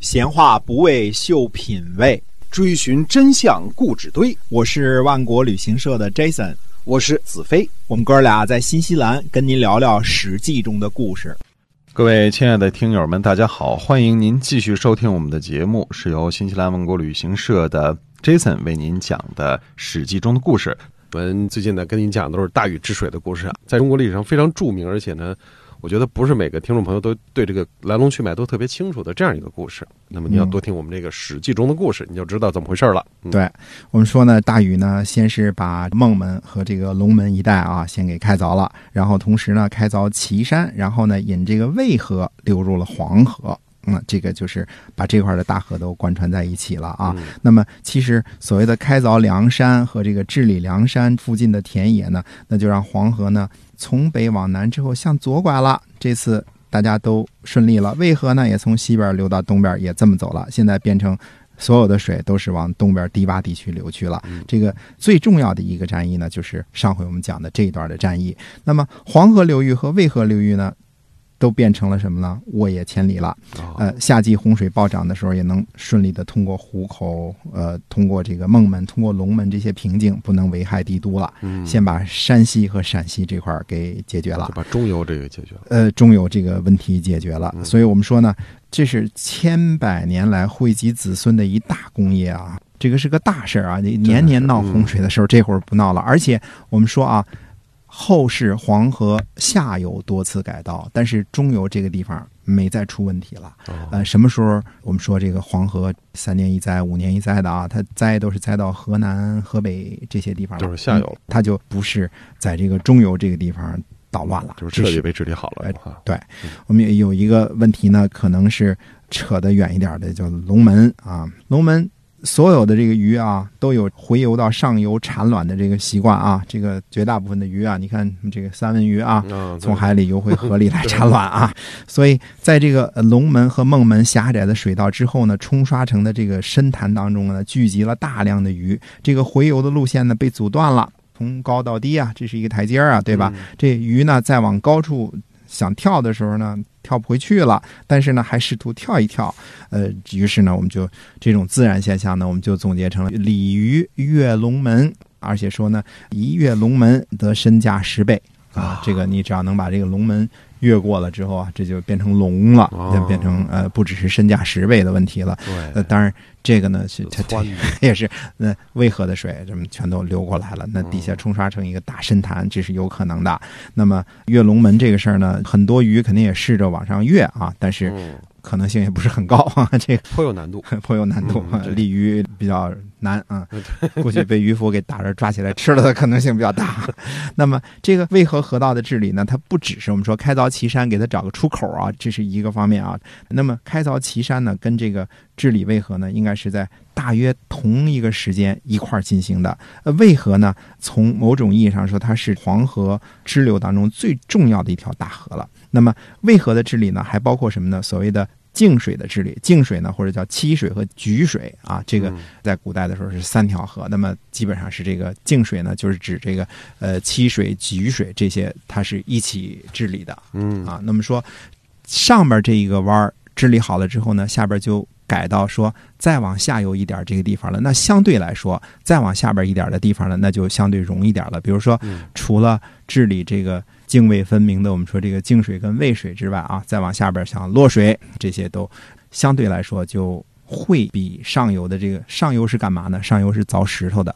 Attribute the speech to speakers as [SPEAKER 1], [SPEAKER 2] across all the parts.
[SPEAKER 1] 闲话不为秀品味，
[SPEAKER 2] 追寻真相故纸堆。
[SPEAKER 1] 我是万国旅行社的 Jason，
[SPEAKER 2] 我是子飞。
[SPEAKER 1] 我们哥俩在新西兰跟您聊聊《史记》中的故事。
[SPEAKER 3] 各位亲爱的听友们，大家好！欢迎您继续收听我们的节目，是由新西兰万国旅行社的 Jason 为您讲的《史记》中的故事。
[SPEAKER 4] 我们最近呢，跟您讲的都是大禹治水的故事啊，在中国历史上非常著名，而且呢，我觉得不是每个听众朋友都对这个来龙去脉都特别清楚的这样一个故
[SPEAKER 3] 嗯
[SPEAKER 4] 事。那么你要多听我们这个《史记》中的故事，你就知道怎么回事了。嗯
[SPEAKER 1] 对我们说呢，大禹呢，先是把孟门和这个龙门一带啊，先给开凿了，然后同时呢，开凿岐山，然后呢，引这个渭河流入了黄河。嗯，这个就是把这块的大河都贯穿在一起了啊。那么，其实所谓的开凿梁山和这个治理梁山附近的田野呢，那就让黄河呢从北往南之后向左拐了。这次大家都顺利了，渭河呢也从西边流到东边，也这么走了。现在变成所有的水都是往东边低洼地区流去了。这个最重要的一个战役呢，就是上回我们讲的这一段的战役。那么黄河流域和渭河流域呢，都变成了什么呢？沃野千里了。
[SPEAKER 3] 嗯
[SPEAKER 4] 啊
[SPEAKER 1] 呃，夏季洪水暴涨的时候，也能顺利的通过壶口，呃，通过这个孟门，通过龙门这些瓶颈，不能危害帝都了。
[SPEAKER 4] 嗯，
[SPEAKER 1] 先把山西和陕西这块儿给解决了
[SPEAKER 4] 就。把中游这个解决了。
[SPEAKER 1] 呃，终有这个问题解决了。
[SPEAKER 4] 嗯
[SPEAKER 1] 所以我们说呢，这是千百年来惠及子孙的一大功业啊，这个是个大事儿啊。你年年闹洪水的时候，这会儿不
[SPEAKER 4] 嗯
[SPEAKER 1] 闹了。而且我们说啊，后世黄河下游多次改道，但是中游这个地方没再出问题了。
[SPEAKER 4] 哦
[SPEAKER 3] 哎
[SPEAKER 1] 呃，什么时候我们说这个黄河三年一灾、五年一灾的啊？它灾都是灾到河南、河北这些地方了，
[SPEAKER 4] 就是下游了
[SPEAKER 3] 哎
[SPEAKER 4] 啊
[SPEAKER 1] 嗯它就不是在这个中游这个地方捣乱了，
[SPEAKER 4] 就是
[SPEAKER 1] 这
[SPEAKER 4] 彻底被治理好了
[SPEAKER 1] 哎
[SPEAKER 4] 哈。
[SPEAKER 1] 我们也有一个问题呢，可能是扯得远一点的，叫龙门啊。龙门所有的这个鱼啊，都有回游到上游产卵的这个习惯啊。这个绝大部分的鱼啊，你看这个三文鱼啊，
[SPEAKER 4] 嗯，
[SPEAKER 1] 从海里游回河里来产卵啊。所以，在这个呃龙门和孟门狭窄的水道之后呢，冲刷成的这个深潭当中呢，聚集了大量的鱼。这个回游的路线呢被阻断了，从高到低啊，这是一个台阶儿啊，
[SPEAKER 4] 嗯
[SPEAKER 1] 对吧？这鱼呢再往高处想跳的时候呢，跳不回去了，但是呢还试图跳一跳，呃，于是呢我们就这种自然现象呢，我们就总结成了鲤鱼跃龙门。而且说呢，一跃龙门得身价十倍啊！这个你只要能把这个龙门越过了之后啊，这就变成龙了，
[SPEAKER 4] 哦
[SPEAKER 1] 就变成呃不只是身价十倍的问题了。呃，
[SPEAKER 4] 对，
[SPEAKER 1] 当然这个呢是
[SPEAKER 4] 就
[SPEAKER 1] 它它
[SPEAKER 4] 窜的
[SPEAKER 1] 也是，那渭河的水这么全都流过来了，那底下
[SPEAKER 4] 嗯
[SPEAKER 1] 冲刷成一个大深潭，这是有可能的。那么跃龙门这个事儿呢，很多鱼肯定也试着往上跃啊，但是
[SPEAKER 4] 嗯，
[SPEAKER 1] 可能性也不是很高啊，这个
[SPEAKER 4] 颇有难度。
[SPEAKER 1] 颇有难度啊
[SPEAKER 4] 嗯，对嗯
[SPEAKER 1] 鲤鱼比较难啊，估计被渔夫给打着抓起来吃了的可能性比较大。 那么这个渭河河道的治理呢，它不只是我们说开凿岐山给它找个出口啊，这是一个方面啊。那么开凿岐山呢，跟这个治理渭河呢，应该是在大约同一个时间一块儿进行的。呃，渭河呢，从某种意义上说，它是黄河支流当中最重要的一条大河了。那么渭河的治理呢，还包括什么呢？所谓的泾水的治理，泾水呢，或者叫七水和沮水啊，这个
[SPEAKER 4] 嗯
[SPEAKER 1] 在古代的时候是三条河，那么基本上是这个泾水呢，就是指这个呃七水、沮水这些，它是一起治理的
[SPEAKER 4] 嗯，
[SPEAKER 1] 啊。那么说上面这一个弯儿治理好了之后呢，下边就改到说再往下游一点儿这个地方了。那相对来说，再往下边一点儿的地方呢，那就相对容易点儿了。比如说
[SPEAKER 4] 嗯，
[SPEAKER 1] 除了治理这个泾渭分明的我们说这个泾水跟渭水之外啊，再往下边像洛水这些都相对来说就会比上游的这个上游是干嘛呢？上游是凿石头的，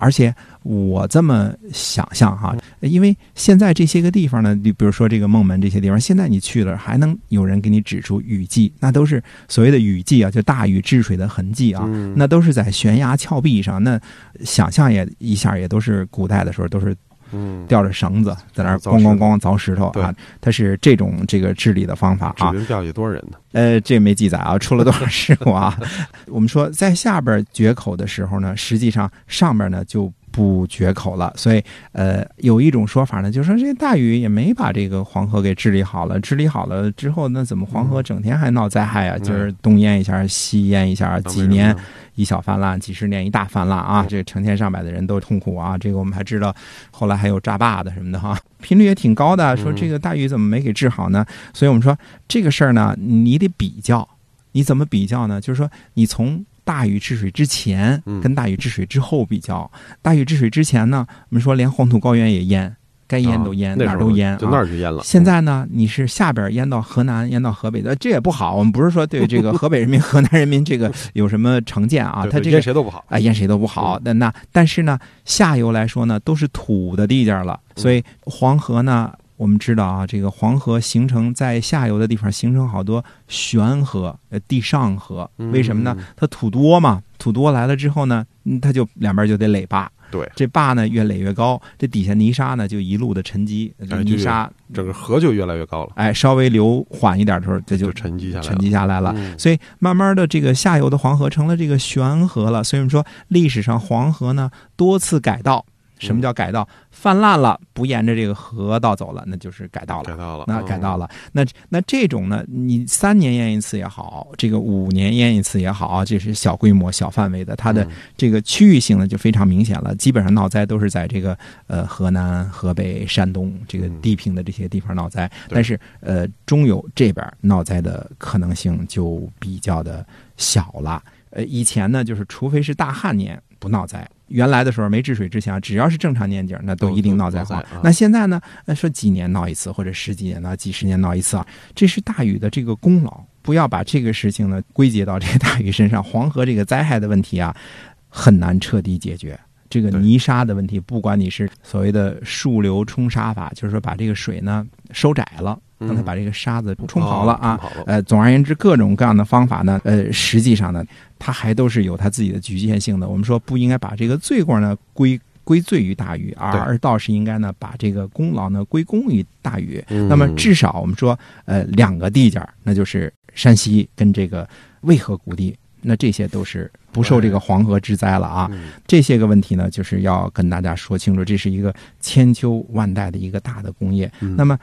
[SPEAKER 1] 而且我这么想象哈、
[SPEAKER 4] 嗯
[SPEAKER 1] 因为现在这些个地方呢，你比如说这个孟门这些地方，现在你去了还能有人给你指出雨迹，那都是所谓的雨迹啊，就大禹治水的痕迹啊，
[SPEAKER 4] 嗯
[SPEAKER 1] 那都是在悬崖峭壁上，那想象也一下也都是古代的时候都是
[SPEAKER 4] 嗯，
[SPEAKER 1] 吊着绳子在那儿咣
[SPEAKER 4] 凿石头
[SPEAKER 1] 咣咣凿石头啊
[SPEAKER 4] 对，
[SPEAKER 1] 它是这种这个治理的方法
[SPEAKER 4] 指
[SPEAKER 1] 啊。
[SPEAKER 4] 定掉下去多少人呢？
[SPEAKER 1] 呃，这没记载啊，出了多少事故啊？ 我们说在下边决口的时候呢，实际上上边呢就。不决口了，所以呃，有一种说法呢，就说这大禹也没把这个黄河给治理好了，治理好了之后，那怎么黄河整天还闹灾害啊？
[SPEAKER 4] 嗯
[SPEAKER 1] 就是东淹一下，西淹一下，
[SPEAKER 4] 那
[SPEAKER 1] 几
[SPEAKER 4] 为什么
[SPEAKER 1] 年
[SPEAKER 4] 呢
[SPEAKER 1] 一小泛滥，几十年一大泛滥
[SPEAKER 4] 嗯
[SPEAKER 1] 啊！这成千上百的人都痛苦啊！这个我们还知道，后来还有炸坝的什么的哈、频率也挺高
[SPEAKER 4] 嗯
[SPEAKER 1] 的。说这个大禹怎么没给治好呢？所以我们说这个事儿呢，你得比较。你怎么比较呢？就是说，你从大禹治水之前
[SPEAKER 4] 嗯
[SPEAKER 1] 跟大禹治水之后比较，大禹治水之前呢，我们说连黄土高原也淹，该淹都淹，
[SPEAKER 4] 那
[SPEAKER 1] 哪
[SPEAKER 4] 时
[SPEAKER 1] 儿
[SPEAKER 4] 候
[SPEAKER 1] 都淹、啊，
[SPEAKER 4] 就那儿就淹了。
[SPEAKER 1] 现在呢，你是下边淹到河南，淹到河北的，这也不好。我们不是说对这个河北人民、河南人民这个有什么成见啊，
[SPEAKER 4] 对
[SPEAKER 1] 他
[SPEAKER 4] 对
[SPEAKER 1] 这
[SPEAKER 4] 淹
[SPEAKER 1] 个
[SPEAKER 4] 谁都不好。
[SPEAKER 1] 啊淹谁都不好。那那但是呢，下游来说呢，都是土的地界儿了，所以黄河呢。我们知道啊，这个黄河形成在下游的地方形成好多悬河、呃地上河，为什么呢？
[SPEAKER 4] 嗯？
[SPEAKER 1] 它土多嘛，土多来了之后呢，嗯它就两边就得垒坝。
[SPEAKER 4] 对
[SPEAKER 1] 这坝呢越垒越高，这底下泥沙呢就一路的沉积，这
[SPEAKER 4] 哎就
[SPEAKER 1] 泥沙
[SPEAKER 4] 整个河就越来越高了，
[SPEAKER 1] 哎，稍微流缓一点的时候，这就
[SPEAKER 4] 就沉积下来了。
[SPEAKER 1] 沉积下来了。
[SPEAKER 4] 嗯
[SPEAKER 1] 所以慢慢的，这个下游的黄河成了这个悬河了。所以我们说，历史上黄河呢多次改道。什么
[SPEAKER 4] 嗯
[SPEAKER 1] 叫改道？泛滥了，不沿着这个河道走了，那就是改道了
[SPEAKER 4] 改。到了，嗯
[SPEAKER 1] 那改道
[SPEAKER 4] 了。
[SPEAKER 1] 了，那那这种呢，你三年淹一次也好，这个五年淹一次也好，这是小规模、小范围的，它的
[SPEAKER 4] 嗯
[SPEAKER 1] 这个区域性呢就非常明显了，基本上闹灾都是在这个呃河南、河北、山东这个
[SPEAKER 4] 嗯
[SPEAKER 1] 地平的这些地方闹灾，
[SPEAKER 4] 对
[SPEAKER 1] 但是呃中游这边闹灾的可能性就比较的小了。呃，以前呢就是除非是大旱年不闹灾，原来的时候没治水之前，啊只要是正常年景儿，那都
[SPEAKER 4] 都
[SPEAKER 1] 一定
[SPEAKER 4] 都
[SPEAKER 1] 闹
[SPEAKER 4] 闹
[SPEAKER 1] 灾
[SPEAKER 4] 灾
[SPEAKER 1] 荒
[SPEAKER 4] 啊。
[SPEAKER 1] 那现在呢，呃说几年闹一次，或者十几年闹、几十年闹一次啊，这是大禹的这个功劳。不要把这个事情呢归结到这个大禹身上。黄河这个灾害的问题啊，很难彻底解决。这个
[SPEAKER 4] 对
[SPEAKER 1] 泥沙的问题，不管你是所谓的竖流冲沙法，就是说把这个水呢收窄了，
[SPEAKER 4] 嗯
[SPEAKER 1] 让它把这个沙子冲跑了啊
[SPEAKER 4] 哦。冲跑了
[SPEAKER 1] 呃，总而言之，各种各样的方法呢，呃，实际上呢，它还都是有它自己的局限性的。我们说不应该把这个罪过呢归归罪于大禹，而
[SPEAKER 4] 对
[SPEAKER 1] 而倒是应该呢把这个功劳呢归功于大禹。
[SPEAKER 4] 嗯
[SPEAKER 1] 那么至少我们说，呃，两个地界儿，那就是山西跟这个渭河谷地，那这些都是不受这个黄河之灾了啊。
[SPEAKER 4] 嗯
[SPEAKER 1] 这些个问题呢，就是要跟大家说清楚，这是一个千秋万代的一个大的工业。
[SPEAKER 4] 嗯
[SPEAKER 1] 那么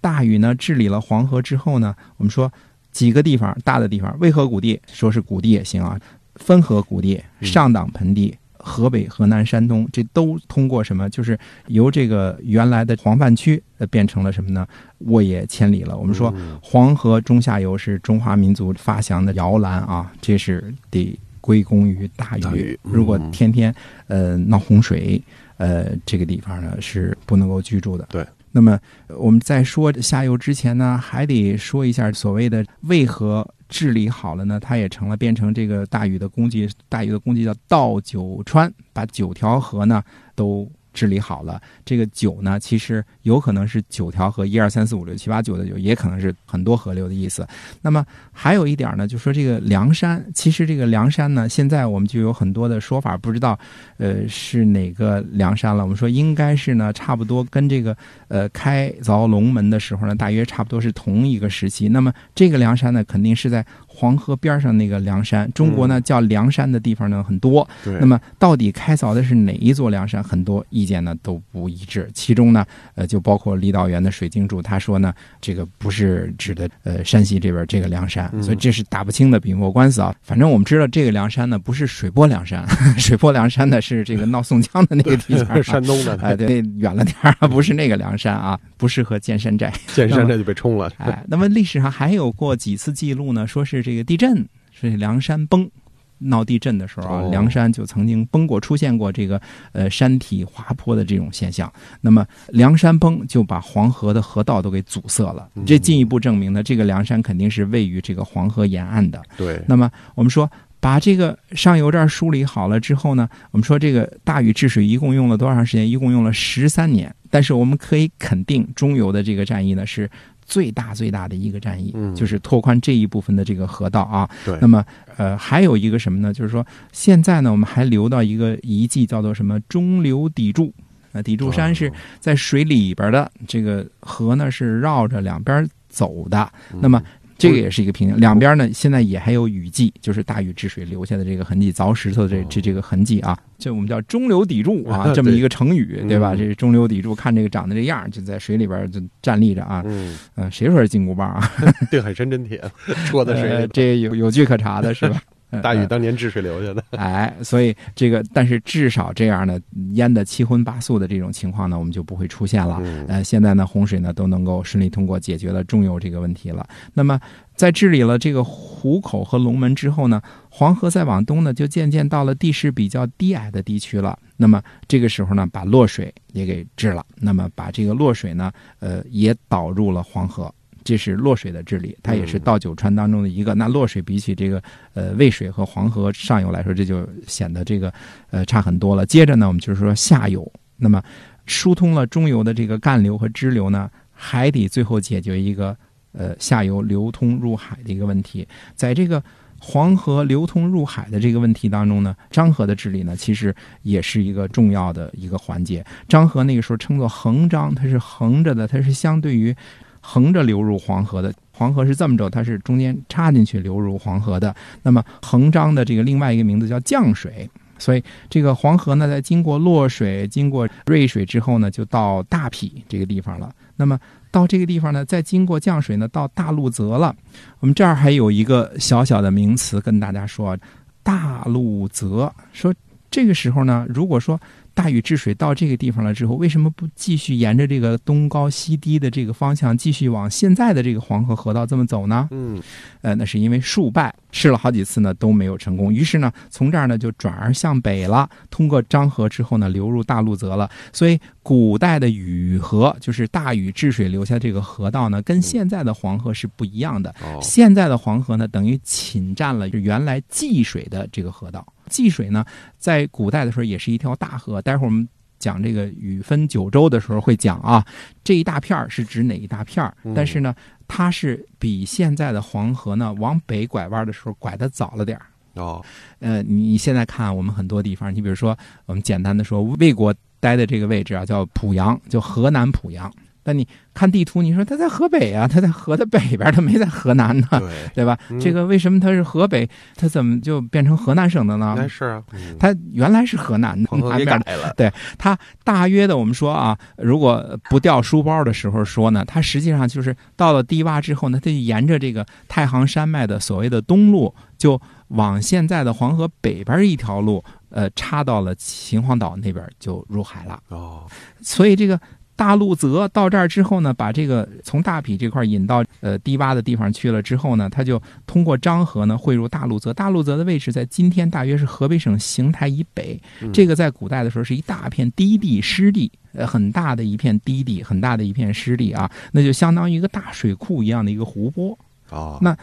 [SPEAKER 1] 大禹呢治理了黄河之后呢，我们说几个地方大的地方，渭河谷地说是谷地也行啊，汾河谷地、
[SPEAKER 4] 嗯
[SPEAKER 1] 上党盆地。河北、河南、山东，这都通过什么？就是由这个原来的黄泛区，呃，变成了什么呢？沃野千里了。我们说，
[SPEAKER 4] 嗯
[SPEAKER 1] 黄河中下游是中华民族发祥的摇篮啊，这是得归功于大
[SPEAKER 4] 大
[SPEAKER 1] 禹
[SPEAKER 4] 禹。嗯
[SPEAKER 1] 如果天天呃闹洪水，呃，这个地方呢是不能够居住的。
[SPEAKER 4] 对。
[SPEAKER 1] 那么呃我们在说下游之前呢，还得说一下所谓的渭河治理好了呢，它也成了变成这个大禹的功绩。大禹的功绩叫倒九川，把九条河呢都治理好了。这个九呢，其实有可能是九条河，一二三四五六七八九的九，也可能是很多河流的意思。那么还有一点呢，就说这个梁山，其实这个梁山呢，现在我们就有很多的说法，不知道呃是哪个梁山了。我们说应该是呢，差不多跟这个呃开凿龙门的时候呢，大约差不多是同一个时期。那么这个梁山呢，肯定是在黄河边上那个梁山。中国呢叫梁山的地方呢很多，
[SPEAKER 4] 对
[SPEAKER 1] 那么到底开凿的是哪一座梁山？很多意见呢都不一致，其中呢，呃，就包括李道元的水经注，他说呢，这个不是指的呃山西这边这个梁山，
[SPEAKER 4] 嗯
[SPEAKER 1] 所以这是打不清的笔墨官司啊。反正我们知道这个梁山呢不是水泊梁山， 水泊梁山呢是这个闹宋江的那个地方、啊。
[SPEAKER 4] 山东的，
[SPEAKER 1] 哎，对，那远了点儿啊，不是那个梁山啊，不适合建山寨。
[SPEAKER 4] 见山寨就被冲了。
[SPEAKER 1] 哎，那么历史上还有过几次记录呢，说是这个地震，是梁山崩。闹地震的时候啊，
[SPEAKER 4] 哦
[SPEAKER 1] 梁山就曾经崩过，出现过这个呃山体滑坡的这种现象。那么梁山崩就把黄河的河道都给阻塞了，这进一步证明呢，这个梁山肯定是位于这个黄河沿岸的。
[SPEAKER 4] 对，
[SPEAKER 1] 那么我们说，把这个上游这儿梳理好了之后呢，我们说这个大禹治水一共用了多长时间？一共用了十三年。但是我们可以肯定，中游的这个战役呢是最大最大的一个战役，
[SPEAKER 4] 嗯
[SPEAKER 1] 就是拓宽这一部分的这个河道啊。
[SPEAKER 4] 对
[SPEAKER 1] 那么呃，还有一个什么呢？就是说现在呢，我们还留到一个遗迹，叫做什么中流砥柱。那砥柱山
[SPEAKER 4] 哦
[SPEAKER 1] 是在水里边的，这个河呢是绕着两边走的。
[SPEAKER 4] 嗯
[SPEAKER 1] 那么这个也是一个瓶颈。两边呢，现在也还有雨迹，就是大禹治水留下的这个痕迹，凿石头的这这这个痕迹啊，这我们叫中流砥柱啊，
[SPEAKER 4] 哦对
[SPEAKER 1] 这么一个成语，
[SPEAKER 4] 嗯
[SPEAKER 1] 对吧？这中流砥柱，看这个长得这样，就在水里边就站立着啊。
[SPEAKER 4] 嗯，
[SPEAKER 1] 嗯，谁说是金箍棒啊？
[SPEAKER 4] 定海神针铁戳在水
[SPEAKER 1] 呃
[SPEAKER 4] 里，
[SPEAKER 1] 这有有据可查的是吧？嗯
[SPEAKER 4] 大禹当年治水留下的。
[SPEAKER 1] 哎，所以这个，但是至少这样呢，淹的七荤八素的这种情况呢，我们就不会出现了。
[SPEAKER 4] 嗯
[SPEAKER 1] 呃，现在呢，洪水呢都能够顺利通过，解决了中游这个问题了。那么，在治理了这个湖口和龙门之后呢，黄河再往东呢，就渐渐到了地势比较低矮的地区了。那么这个时候呢，把洛水也给治了，那么把这个洛水呢，呃，也导入了黄河。这是洛水的治理，它也是
[SPEAKER 4] 嗯
[SPEAKER 1] 到九川当中的一个。那洛水比起这个呃渭水和黄河上游来说，这就显得这个呃差很多了。接着呢，我们就是说下游，那么疏通了中游的这个干流和支流呢，还得最后解决一个呃下游流通入海的一个问题。在这个黄河流通入海的这个问题当中呢，漳河的治理呢，其实也是一个重要的一个环节。漳河那个时候称作横漳，它是横着的，它是相对于横着流入黄河的。黄河是这么着，它是中间插进去流入黄河的。那么横漳的这个另外一个名字叫降水，所以这个黄河呢，在经过洛水、经过瑞水之后呢，就到大陂这个地方了。那么到这个地方呢，再经过降水呢，到大路泽了。我们这儿还有一个小小的名词跟大家说，大路泽。说这个时候呢，如果说大禹治水到这个地方了之后，为什么不继续沿着这个东高西低的这个方向继续往现在的这个黄河河道这么走呢？
[SPEAKER 4] 嗯，
[SPEAKER 1] 呃，那是因为数败，试了好几次呢都没有成功。于是呢，从这儿呢就转而向北了，通过漳河之后呢，流入大路泽了。所以，古代的禹河就是大禹治水留下这个河道呢，跟现在的黄河是不一样的。
[SPEAKER 4] 哦，
[SPEAKER 1] 现在的黄河呢，等于侵占了原来济水的这个河道。济水呢，在古代的时候也是一条大河。待会儿我们讲这个禹分九州的时候会讲啊，这一大片儿是指哪一大片儿
[SPEAKER 4] 嗯？
[SPEAKER 1] 但是呢，它是比现在的黄河呢往北拐弯的时候拐的早了点儿。
[SPEAKER 4] 哦，
[SPEAKER 1] 呃，你现在看我们很多地方，你比如说我们简单的说，魏国待的这个位置啊，叫濮阳，就河南濮阳。但你看地图，你说它在河北啊，它在河的北边，它没在河南呢。
[SPEAKER 4] 对，
[SPEAKER 1] 对吧？
[SPEAKER 4] 嗯
[SPEAKER 1] 啊这个为什么它是河北，它怎么就变成河南省的
[SPEAKER 4] 应
[SPEAKER 1] 呢
[SPEAKER 4] 该？是啊，嗯
[SPEAKER 1] 它原来是河南的，
[SPEAKER 4] 黄河
[SPEAKER 1] 南
[SPEAKER 4] 给
[SPEAKER 1] 边的
[SPEAKER 4] 改了，
[SPEAKER 1] 它大约的，我们说啊，如果不掉书包的时候说呢，它实际上就是到了低洼之后呢，它就沿着这个太行山脉的所谓的东路，就往现在的黄河北边一条路，呃，插到了秦皇岛那边就入海了。
[SPEAKER 4] 哦，
[SPEAKER 1] 所以这个大路泽到这儿之后呢，把这个从大陂这块引到呃低洼的地方去了之后呢，它就通过漳河呢汇入大路泽。大路泽的位置在今天大约是河北省邢台以北，
[SPEAKER 4] 嗯
[SPEAKER 1] 这个在古代的时候是一大片低地湿地。呃，很大的一片低地，很大的一片湿地啊，那就相当于一个大水库一样的一个湖泊。
[SPEAKER 4] 哦，
[SPEAKER 1] 那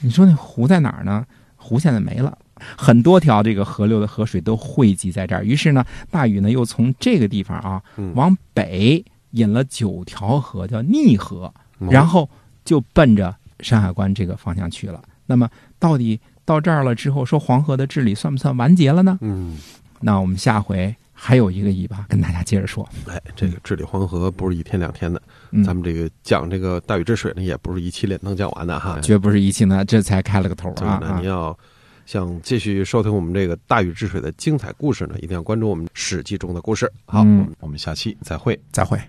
[SPEAKER 1] 你说那湖在哪儿呢？湖现在没了，很多条这个河流的河水都汇集在这儿。于是呢，大禹呢又从这个地方啊，
[SPEAKER 4] 嗯
[SPEAKER 1] 往北引了九条河，叫逆河，
[SPEAKER 4] 嗯
[SPEAKER 1] 然后就奔着山海关这个方向去了。那么到底到这儿了之后，说黄河的治理算不算完结了呢？
[SPEAKER 4] 嗯，
[SPEAKER 1] 那我们下回还有一个尾巴跟大家接着说。
[SPEAKER 4] 哎，这个治理黄河不是一天两天的，
[SPEAKER 1] 嗯，
[SPEAKER 4] 咱们这个讲这个大禹治水呢，也不是一期连能讲完的哈。
[SPEAKER 1] 绝不是一气呢，这才开了个头
[SPEAKER 4] 所以
[SPEAKER 1] 啊
[SPEAKER 4] 呢，
[SPEAKER 1] 啊
[SPEAKER 4] 您！要想继续收听我们这个大禹治水的精彩故事呢，一定要关注我们《史记》中的故事。
[SPEAKER 1] 嗯
[SPEAKER 4] 我们下期再会。
[SPEAKER 1] 再会。